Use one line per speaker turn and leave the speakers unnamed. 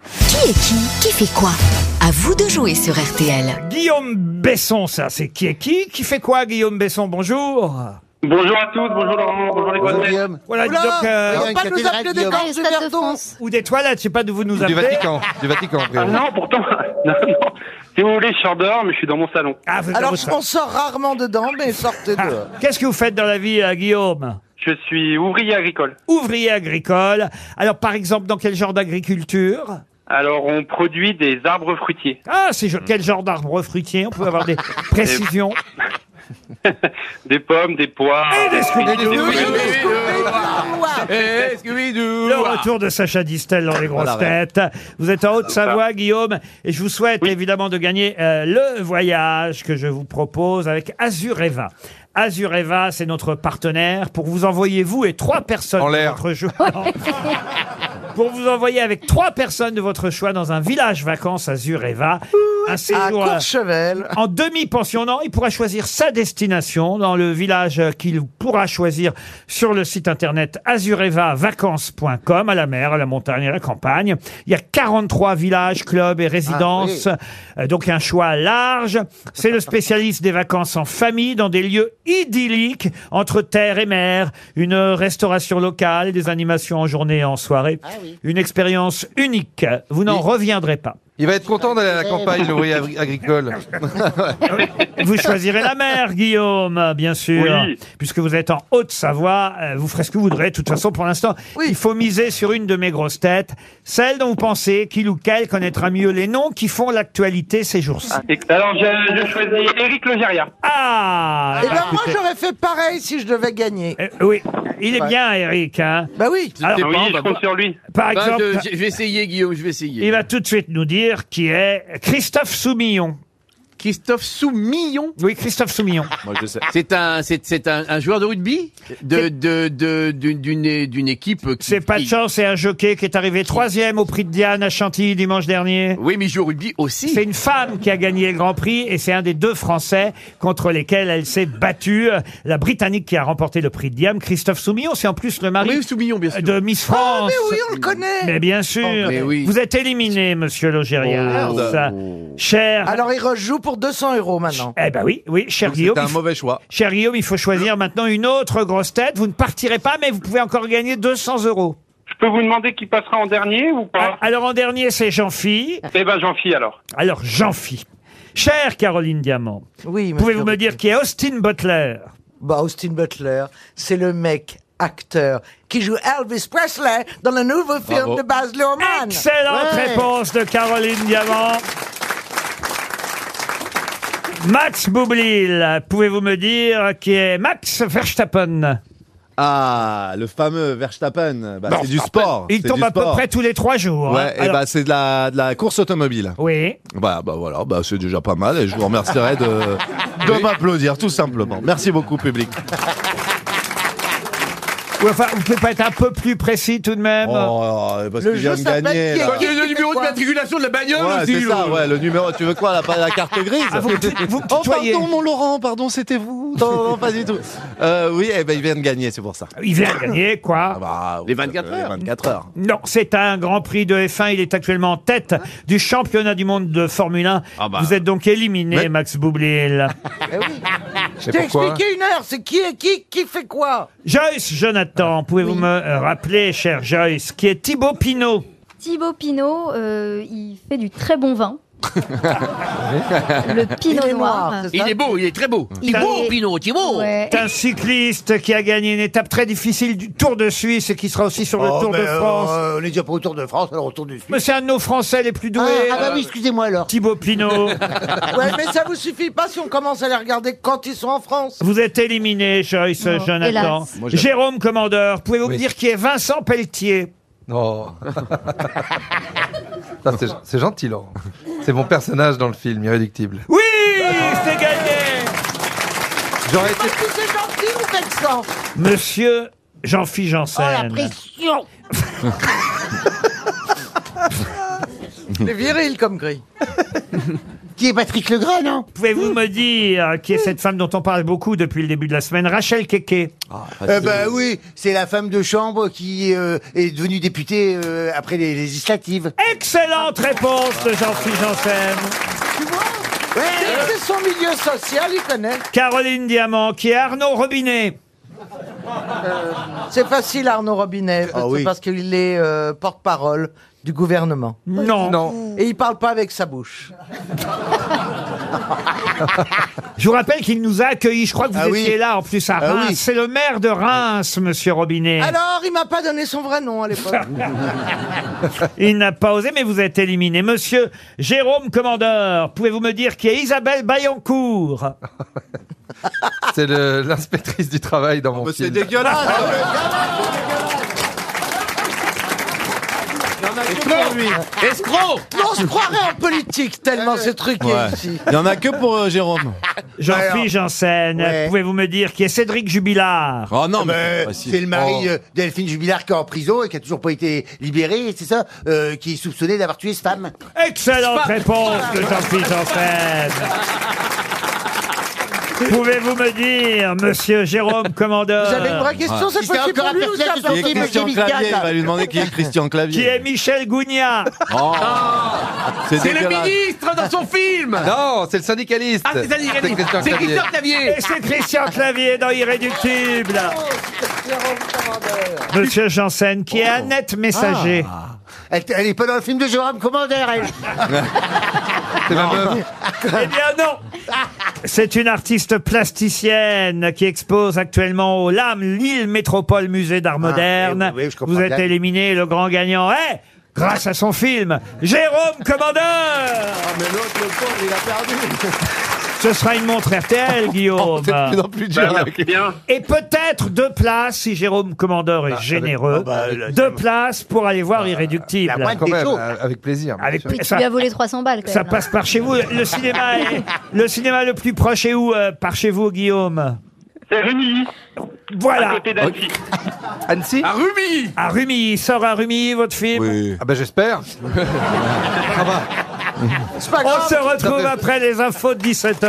Qui est qui Qui fait quoi À vous de jouer sur RTL.
Guillaume Besson, ça, c'est qui est qui Qui fait quoi, Guillaume Besson Bonjour
Bonjour à tous, bonjour Laurent, bonjour les
Bonjour,
collègues.
Guillaume.
Voilà, dis donc, euh,
Il y a une
pas nous
cathédrale,
appeler des
Guillaume.
gorges de Verdon.
ou des toilettes, je sais pas d'où vous nous
Du
appelez.
Vatican. Du Vatican, a
Ah
priori.
non, pourtant, non, non. Si vous voulez, je sors dehors, mais je suis dans mon salon.
Ah, vous êtes
Alors,
dans votre-
on sort rarement dedans, mais sortez
Ah,
dehors.
Qu'est-ce que vous faites dans la vie, euh, Guillaume
Je suis ouvrier agricole.
Ouvrier agricole. Alors, par exemple, dans quel genre d'agriculture
Alors, on produit des arbres fruitiers,
Ah, c'est jo- quel genre d'arbre fruitier On peut avoir des précisions.
des pommes, des poires,
Et des
fruits,
scooby-doo.
fruits.
Le retour de Sacha Distel dans les grosses
Voilà,
têtes. Vous êtes en Haute-Savoie, Guillaume, et je vous souhaite évidemment de gagner euh, le voyage que je vous propose avec Azureva. Azureva, c'est notre partenaire pour vous envoyer vous et trois personnes
En
de
l'air.
votre choix. pour vous envoyer avec trois personnes de votre choix dans un village vacances Azureva. Un
À
séjour euh,
Courchevel.
en demi-pension, non, il pourra choisir sa destination dans le village qu'il pourra choisir sur le site internet azurevavacances.com, à la mer, à la montagne, à la campagne. Il y a 43 villages, clubs et résidences, Euh, donc un choix large. C'est le spécialiste des vacances en famille dans des lieux idylliques entre terre et mer, une restauration locale, des animations en journée et en soirée, une expérience unique. Vous n'en
Oui.
reviendrez pas.
Il va être content d'aller à la campagne, l'ouvrier agri- agricole.
Vous choisirez la mer, Guillaume, bien sûr.
Oui.
Puisque vous êtes en Haute-Savoie, euh, vous ferez ce que vous voudrez. De toute façon, pour l'instant, il faut miser sur une de mes grosses têtes, celle dont vous pensez qu'il ou qu'elle connaîtra mieux les noms qui font l'actualité ces jours-ci.
Ah.
Et- Alors, je, je choisis Eric Logéria.
Ah,
Eh ben, moi, j'aurais fait pareil si je devais gagner.
Euh, Oui, il est bien, Eric. hein.
Bah oui.
Alors,
C'est
Oui,
pas,
je
bah,
compte sur lui.
par
Bah,
exemple,
je, je vais essayer, Guillaume, je vais essayer.
il va tout de suite nous dire qui est Christophe Soumillon.
Christophe Soumillon,
Oui, Christophe Soumillon.
c'est un, c'est, c'est un, un joueur de rugby de, de, de, d'une, d'une, d'une équipe qui.
C'est pas de
qui-
chance, c'est un jockey qui est arrivé troisième au prix de Diane à Chantilly dimanche dernier.
Oui, mais il joue au rugby aussi.
C'est une femme qui a gagné le Grand Prix et c'est un des deux Français contre lesquels elle s'est battue. La Britannique qui a remporté le prix de Diam, Christophe Soumillon, c'est en plus le mari
Oui, Ah, Soumillon, bien sûr.
de Miss
Ah,
France.
mais oui, on le connaît.
Mais bien sûr,
Mais oui.
vous êtes éliminé, monsieur Logérias.
Oh,
Cher.
Alors, il rejoue pour 200 euros maintenant.
eh ben oui, oui, cher Guillaume.
C'était un
il faut-
mauvais choix.
Cher Guillaume, il faut choisir maintenant une autre grosse tête. Vous ne partirez pas, mais vous pouvez encore gagner 200 euros. Ah,
Je peux vous demander qui passera en dernier ou pas
Alors en dernier, c'est Jean-Phi.
Eh ben, j'en fie alors.
Alors Jean-Phi. Cher Caroline Diamant,
Oui, monsieur
pouvez-vous me dire qui est Austin Butler
Bah, Austin Butler, c'est le mec acteur qui joue Elvis Presley dans le nouveau film de Baz Luhrmann.
Excellente
Ouais.
réponse de Caroline Diamant. Max Boublil, pouvez-vous me dire qui est Max Verstappen
Ah, le fameux Verstappen. Bah, c'est du sport.
Il
C'est
tombe
du
à peu
sport.
près tous les trois jours. hein.
Ouais, et
Alors,
bah, c'est de la, de la course automobile.
Oui.
Bah, bah voilà, bah, c'est déjà pas mal et je vous remercierai de, de m'applaudir, tout simplement. Merci beaucoup, public.
Ou enfin, vous pouvez pas être un peu plus précis tout de même
Oh, parce
Le jeu
que je viens de
s'appelle
gagner.
Qui est
là.
qui
Et le numéro de matriculation de la bagnole
Ouais,
aussi.
c'est ça,
le-
ouais, le numéro. Tu veux quoi, la, la carte grise
Ah, vous me tuto- vous me
Oh,
tutoyez.
pardon, mon Laurent, pardon, c'était vous. Non, non, non, pas du tout. Euh, oui, eh ben, il vient de gagner, c'est pour ça.
Il vient de gagner, quoi.
Ah bah,
Les 24
euh, les
heures.
24 heures.
Non, c'est un grand prix de F1. Il est actuellement en tête du championnat du monde de Formule 1.
Ah bah.
Vous êtes donc éliminé,
Mais-
Max Boublil.
Je t'ai expliqué une heure, c'est qui est qui, qui fait quoi
Joyce Jonathan, pouvez-vous me euh, rappeler, cher Joyce, qui est Thibaut Pinot
Thibaut Pinot, euh, il fait du très bon vin. le Pinot
Il est
noir.
noir, c'est ça
Il est beau, il est très beau.
Il
Thibaut,
est-
Pinot, Thibaut.
Ouais.
C'est un cycliste qui a gagné une étape très difficile du Tour de Suisse et qui sera aussi sur le
Oh,
Tour de France.
ben, euh, on est déjà pas au Tour de France, alors au Tour du Sud.
Mais c'est un de nos Français les plus doués. euh,
Ah, ah bah oui, excusez-moi alors.
Thibaut Pinot,
euh, Ouais, mais ça vous suffit pas si on commence à les regarder quand ils sont en France.
vous êtes éliminé, Joyce
Non,
Jonathan.
hélas.
Moi, j'avoue.
Jérôme Commandeur, pouvez-vous me dire qui est Vincent Pelletier
Non. Ça, c'est- C'est gentil, Laurent. C'est mon personnage dans le film, irréductible.
Oui,
Ah.
c'est gagné
J'aurais été.
Parce que c'est gentil ou vexant
Monsieur Jean-Philippe
Oh la
Janssen.
pression
C'est viril comme gris.
Qui est Patrick Legras, non
Pouvez-vous
Mmh.
me dire qui est cette femme dont on parle beaucoup depuis le début de la semaine Rachel Keke.
Eh ben oui, c'est la femme de chambre qui euh, est devenue députée euh, après les législatives.
Excellente réponse de Jean-Philippe Janssen.
Tu vois Dès que son milieu social, il connaît.
Caroline Diamant, qui est Arnaud Robinet.
C'est facile, Arnaud Robinet, parce-
oui.
parce qu'il est euh, porte-parole du gouvernement.
Non.
Non.
Et il parle pas avec sa bouche.
Je vous rappelle qu'il nous a accueillis. Je crois que vous
Ah oui.
étiez là en plus à
Ah
Reims.
oui. Ah
C'est le maire de Reims, monsieur Robinet.
Alors, il m'a pas donné son vrai nom à l'époque.
Il n'a pas osé, mais vous êtes éliminé. Monsieur Jérôme Commandeur, pouvez-vous me dire qui est Isabelle Bayancourt
Ah.
C'est le- l'inspectrice du travail dans mon
Mais bah, c'est
film.
dégueulasse
Escroc
On se croirait en politique tellement ce truc
hein.
est ici.
Il y en a que pour euh, Jérôme.
Jean-Philippe Janssen,
Ouais.
pouvez-vous me dire qui est Cédric Jubilard
Oh non,
Euh,
mais.
c'est le mari euh, Delphine Jubilard qui est en prison et qui a toujours pas été libéré, c'est ça, euh, qui est soupçonné d'avoir tué cette femme.
Excellente réponse de Jean-Philippe Janssen. Pouvez-vous me dire, monsieur Jérôme Commandeur,
Vous avez une vraie question cette
Si c'est
fois-ci
encore
pour
un
lui ou
perso
ça
qui
part
Qui est
Jean-Philippe
Christian
Jean-Philippe
Clavier Il
Gaillard.
va lui demander qui est Christian Clavier.
qui est Michel Gougnat
Oh,
C'est le
dégueulasse.
ministre dans son film
Non, c'est le syndicaliste.
Ah, c'est ça, Nirali.
C'est Christian
C'est
Clavier.
Christian Clavier
Et c'est Christian Clavier dans Irréductible.
Oh,
Monsieur Janssen, qui est Annette
Ah.
Messager.
Elle, elle est pas dans le film de Jérôme Commander, elle.
C'est ma meuf.
Eh bien non C'est une artiste plasticienne qui expose actuellement au LAM, Lille Métropole Musée d'Art Moderne.
oui, oui, je comprends
Vous êtes
bien.
éliminé, le grand gagnant est, grâce à son film, Jérôme Commandeur
mais l'autre, le pauvre, il a perdu.
Ce sera une montre RTL, Guillaume.
C'est de plus en plus dur. avec-
C'est bien.
Et peut-être deux places, si Jérôme Commandeur est généreux, deux places pour aller voir Irréductible.
la moindre
Quand
Des
même,
taux.
euh, avec plaisir. bien
Avec-
sûr.
Oui, tu
ça-
lui as volé 300 balles, quand
Ça
même. hein.
passe par chez vous. Le cinéma, est- le cinéma le plus proche est où euh, par chez vous, Guillaume
C'est Rumilly, à
Voilà.
côté d'Annecy.
Annecy
À Rumi
À Rumi, il sort à Rumi votre film.
Oui.
Ah bah j'espère.
C'est pas
On
grave.
se retrouve après les infos de 17h.